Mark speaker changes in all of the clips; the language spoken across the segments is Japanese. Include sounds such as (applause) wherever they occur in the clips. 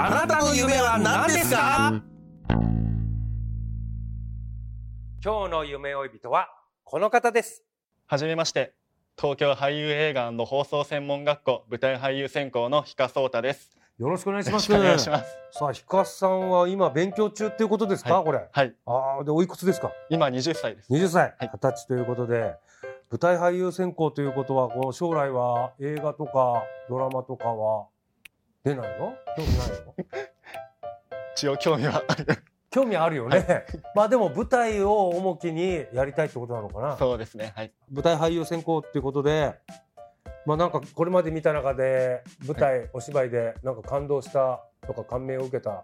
Speaker 1: あなたの夢は何ですか
Speaker 2: 今日の夢追い人はこの方です
Speaker 3: はじめまして東京俳優映画放送専門学校舞台俳優専攻の比嘉壮太です
Speaker 2: よろしくお願いし
Speaker 3: よ
Speaker 2: ま
Speaker 3: ろ
Speaker 2: す
Speaker 3: しくお願いします
Speaker 2: さあ、ひかさんは今勉強中っていうことですか、
Speaker 3: はい
Speaker 2: これ。
Speaker 3: はい
Speaker 2: ああ、で、おいくつですか
Speaker 3: 今20歳です
Speaker 2: ?20 歳、
Speaker 3: はい
Speaker 2: 二十歳ということで、舞台俳優専攻ということは、こう将来は映画とかドラマとかは出ないの興味ない
Speaker 3: (laughs)
Speaker 2: の
Speaker 3: 一応興味はあります
Speaker 2: 興味あるよね。 (laughs) まあでも舞台を重きにやりたいってことなのかな。
Speaker 3: そうですねはい
Speaker 2: 舞台俳優専攻っていうことで、まあなんかこれまで見た中で、舞台、お芝居でなんか感動したとか感銘を受けた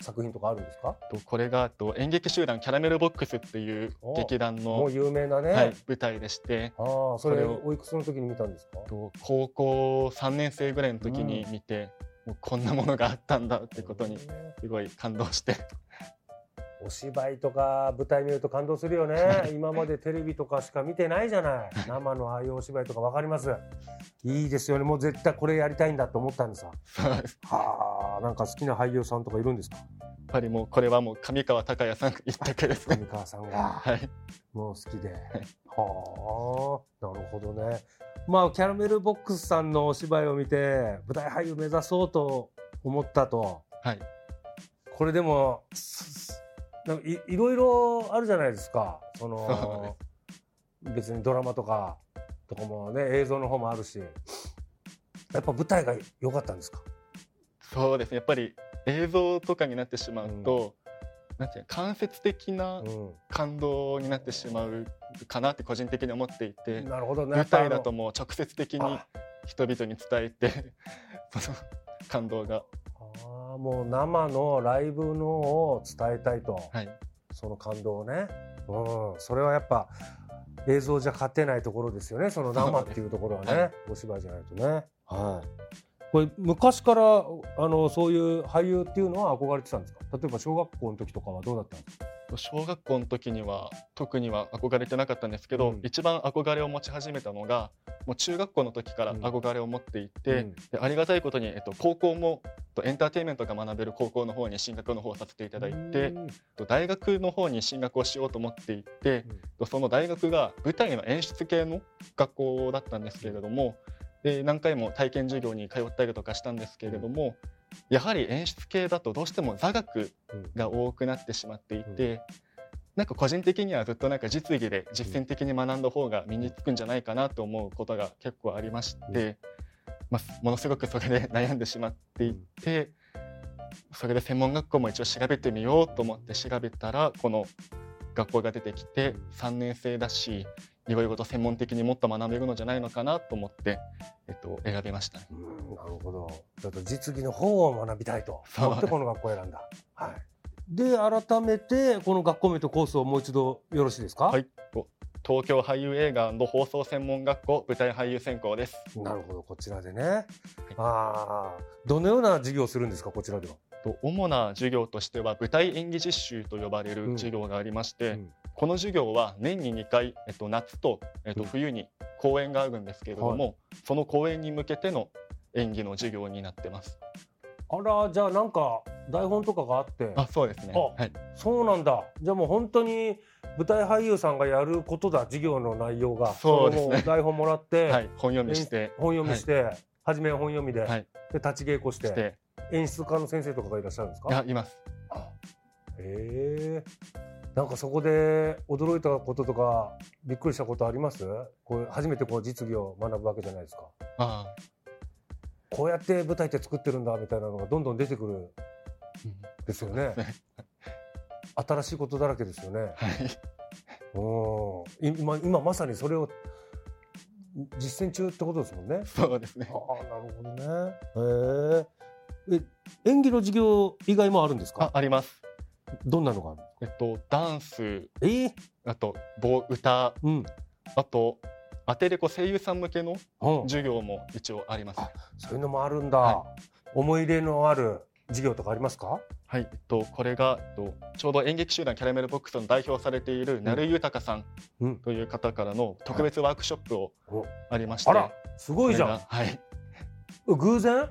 Speaker 2: 作品とかあるんですか
Speaker 3: とこれがと演劇集団キャラメルボックスっていう
Speaker 2: お
Speaker 3: 劇団
Speaker 2: も
Speaker 3: の
Speaker 2: う、有名なね。
Speaker 3: はい、舞台でして
Speaker 2: ああ、それ
Speaker 3: それを
Speaker 2: おいくつの時に見たんですか。
Speaker 3: と高校3年生ぐらいの時に見て、もうこんなものがあったんだってことにすごい感動して (laughs)
Speaker 2: お芝居とか舞台見ると感動するよ
Speaker 3: (laughs)
Speaker 2: ね。今までテレビとかしか見てないじゃない。生のああいうお芝居とかわかります。いいですよね。もう絶対これやりたいんだと思ったんでさ。
Speaker 3: そうです
Speaker 2: はあ、なんか好きな俳優さんとかいるんですか。
Speaker 3: やっぱりもうこれはもう上川隆也さん一択ですね
Speaker 2: 上川さん
Speaker 3: (laughs)
Speaker 2: が
Speaker 3: はい
Speaker 2: もう好きで。はあ、なるほどね。まあキャラメルボックスさんのお芝居を見て舞台俳優目指そうと思ったと。
Speaker 3: はい
Speaker 2: これでもなんかいいろいろあるじゃないですかそ
Speaker 3: (laughs)
Speaker 2: の別にドラマとかとかもね映像の方もあるしやっぱ舞台が良かったんですか
Speaker 3: そうですねやっぱり映像とかになってしまうと、なんていうの間接的な
Speaker 2: う
Speaker 3: 感動になってしまうかなって個人的に思っていて、
Speaker 2: ん、なるほどね
Speaker 3: 舞台だと
Speaker 2: やっ
Speaker 3: もう直接的に
Speaker 2: ぱあのあ
Speaker 3: 人々に伝えて (laughs) その感動が
Speaker 2: あーもう生のライブのを伝えたいと、
Speaker 3: はい
Speaker 2: その感動をね、うん、それはやっぱ映像じゃ勝てないところですよねその生っていうところはね、
Speaker 3: そうです
Speaker 2: お芝居じゃないとね。はい、これ昔からあのそういう俳優っていうのは憧れてたんですか例えば小学校の時とかはどうだったんですか
Speaker 3: 小学校の時には特には憧れてなかったんですけ
Speaker 2: う
Speaker 3: ど、
Speaker 2: ん
Speaker 3: 一番憧れを持ち始めたのがもう中学校の時から憧れを持っていて、
Speaker 2: うん
Speaker 3: でありがたいことに、えっと、高校もとエンターテインメントが学べる高校の方に進学の方をさせていただいて、
Speaker 2: うん
Speaker 3: と大学の方に進学をしようと思っていて、とその大学が舞台の演出系の学校だったんですけれども、で何回も体験授業に通ったりとかしたんですけれども、やはり演出系だとどうしても座学が多くなってしまっていて、なんか個人的にはずっとなんか実技で実践的に学んだ方が身につくんじゃないかなと思うことが結構ありまして、まあ、ものすごくそれで悩んでしまっていて、それで専門学校も一応調べてみようと思って調べたらこの学校が出てきて3年生だしいろいろと専門的にもっと学べるのじゃないのかなと思って、えっと、選びましたね。
Speaker 2: うんなるほどちょっと実技の方を学びたいと
Speaker 3: そう
Speaker 2: 思ってこの学校を選んだ。はい、で改めてこの学校名とコースをもう一度よろしいですか、
Speaker 3: はい東京俳優映画放送専門学校舞台俳優専攻です。
Speaker 2: なるほどこちらでね、ああどのような授業をするんですかこちらでは。
Speaker 3: と主な授業としては舞台演技実習と呼ばれる授業がありまして、
Speaker 2: うん
Speaker 3: この授業は年に2回、えっと、夏と、えっと、
Speaker 2: うん
Speaker 3: 冬に公演があるんですけれども、
Speaker 2: は
Speaker 3: その公演に向けての演技の授業になってます。
Speaker 2: あらじゃあなんか台本とかがあって
Speaker 3: あ、そうですね。
Speaker 2: あ
Speaker 3: はい、
Speaker 2: そうなんだじゃあもう本当に舞台俳優さんがやることだ授業の内容が
Speaker 3: そうですね
Speaker 2: の台本もらって、
Speaker 3: はい、本読みして、
Speaker 2: 本読みして、初めは本読みで,、
Speaker 3: はい
Speaker 2: で立ち稽古して
Speaker 3: して、
Speaker 2: 演出家の先生とかがいらっしゃるんです
Speaker 3: いや
Speaker 2: か
Speaker 3: います。
Speaker 2: ええなんかそこで驚いたこととかびっくりしたことありますこう初めてこう実技を学ぶわけじゃないですか
Speaker 3: ああ
Speaker 2: こうやって舞台って作ってるんだみたいなのがどんどん出てくる
Speaker 3: うん
Speaker 2: ですよ
Speaker 3: (laughs)
Speaker 2: ね
Speaker 3: そうです
Speaker 2: 新しいことだらけですよね
Speaker 3: はい (laughs)
Speaker 2: うんい今今まさにそれを実践中ってことですもんね
Speaker 3: そうですね
Speaker 2: ああなるほどねへええ演技の授業以外もあるんです
Speaker 3: あ
Speaker 2: か
Speaker 3: あります
Speaker 2: どんなのがある
Speaker 3: えっとダンス
Speaker 2: ええ
Speaker 3: あと棒歌
Speaker 2: うん
Speaker 3: あとアテレコ声優さん向けの
Speaker 2: うん
Speaker 3: 授業も一応あります
Speaker 2: あそういうのもあるんだ、
Speaker 3: は
Speaker 2: 思い入れのある授業とかありますか
Speaker 3: はい、えっと、これが、えっと、ちょうど演劇集団キャラメルボックスの代表をされている成井豊さん
Speaker 2: うん
Speaker 3: という方からの特別ワークショップを
Speaker 2: お
Speaker 3: ありまして、
Speaker 2: あらすごいじゃ
Speaker 3: これがはい、
Speaker 2: ん偶然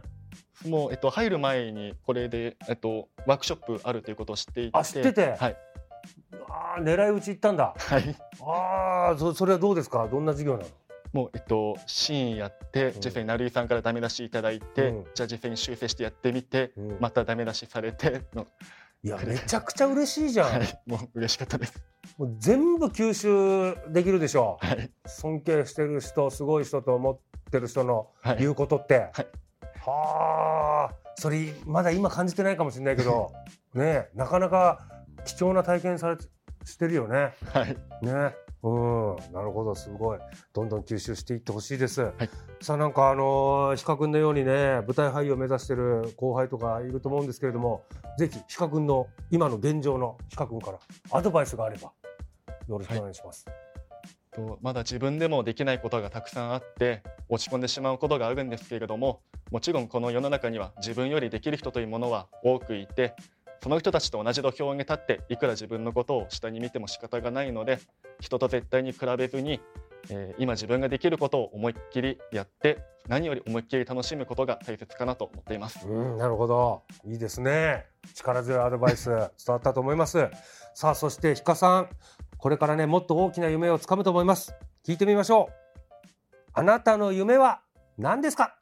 Speaker 3: もう、えっと、入る前にこれで、えっと、ワークショップあるということを知っていて
Speaker 2: あ知ってて
Speaker 3: はい、
Speaker 2: ああ狙い撃ち行ったんだ
Speaker 3: はい、
Speaker 2: ああそそれはどうですかどんな授業なの
Speaker 3: もう、えっと、シーンやって、
Speaker 2: うん
Speaker 3: 実際に成井さんからダメ出しいただいて、
Speaker 2: うん
Speaker 3: じゃあ実際に修正してやってみて、
Speaker 2: うん
Speaker 3: またダメ出しされての、
Speaker 2: いやめちゃくちゃ嬉しいじゃん、
Speaker 3: はい、もう嬉しかったです。
Speaker 2: もう全部吸収できるでしょ
Speaker 3: はい、
Speaker 2: 尊敬してる人すごい人と思ってる人の
Speaker 3: はい
Speaker 2: 言うことって
Speaker 3: はい
Speaker 2: はあそれまだ今感じてないかもしれないけどねえなかなか貴重な体験されてしてるよね
Speaker 3: はい、
Speaker 2: ねうんなるほどすごいどんどん吸収していってほしいです、
Speaker 3: い
Speaker 2: さあなんかあのー、ヒカ君のようにね舞台俳優を目指してる後輩とかいると思うんですけれどもぜひヒカ君の今の現状のヒカ君からアドバイスがあればよろしくお願いします、
Speaker 3: とまだ自分でもできないことがたくさんあって落ち込んでしまうことがあるんですけれどももちろんこの世の中には自分よりできる人というものは多くいてその人たちと同じ土俵に立っていくら自分のことを下に見ても仕方がないので人と絶対に比べずに、えー今自分ができることを思いっきりやって何より思いっきり楽しむことが大切かなと思っています。
Speaker 2: うん、なるほど。いいですね。力強いアドバイス (laughs) 伝わったと思います。さあ、そしてヒカさん、これからね、もっと大きな夢をつかむと思います。聞いてみましょう。あなたの夢は何ですか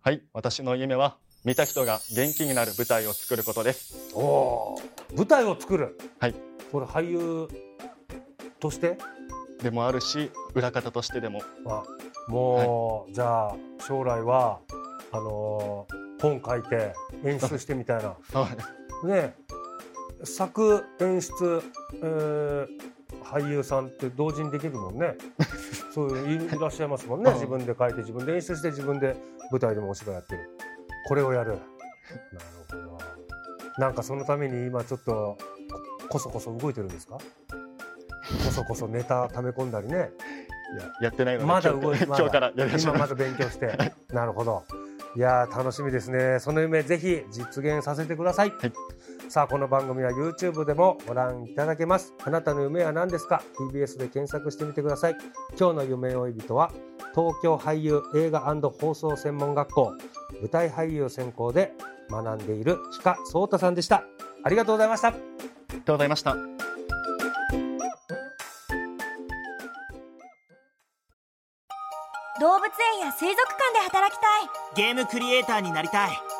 Speaker 3: はい、私の夢は見た人が元気になる舞台を作ることです。
Speaker 2: おおー、舞台を作る。
Speaker 3: はい。
Speaker 2: これ俳優として、
Speaker 3: でもあるし裏方としてでも
Speaker 2: あ、もう、じゃあ将来はあのー本書いて演出してみたいな。
Speaker 3: そう
Speaker 2: ね作演出、えー俳優さんって同時にできるもんねそういういいらっしゃいますもんね
Speaker 3: うん
Speaker 2: 自分で書いて自分で演出して自分で舞台でもお芝居やってるこれをやるなるほどなんかそのために今ちょっとここそこそ動いてるんですかこそこそネタ溜め込んだりね
Speaker 3: いややってないので
Speaker 2: まだ
Speaker 3: 今日
Speaker 2: 動いて
Speaker 3: (laughs) 今日からやり始
Speaker 2: 今
Speaker 3: め
Speaker 2: ま
Speaker 3: ます
Speaker 2: だ勉強してなるほどいやー楽しみですねその夢ぜひ実現させてください、
Speaker 3: はい
Speaker 2: さあこの番組は YouTube でもご覧いただけますあなたの夢は何ですか TBS で検索してみてください今日の夢追い人は東京俳優映画放送専門学校舞台俳優専攻で学んでいる鹿聡太さんでしたありがとうございました
Speaker 3: ありがとうございました
Speaker 4: 動物園や水族館で働きたい
Speaker 5: ゲームクリエイターになりたい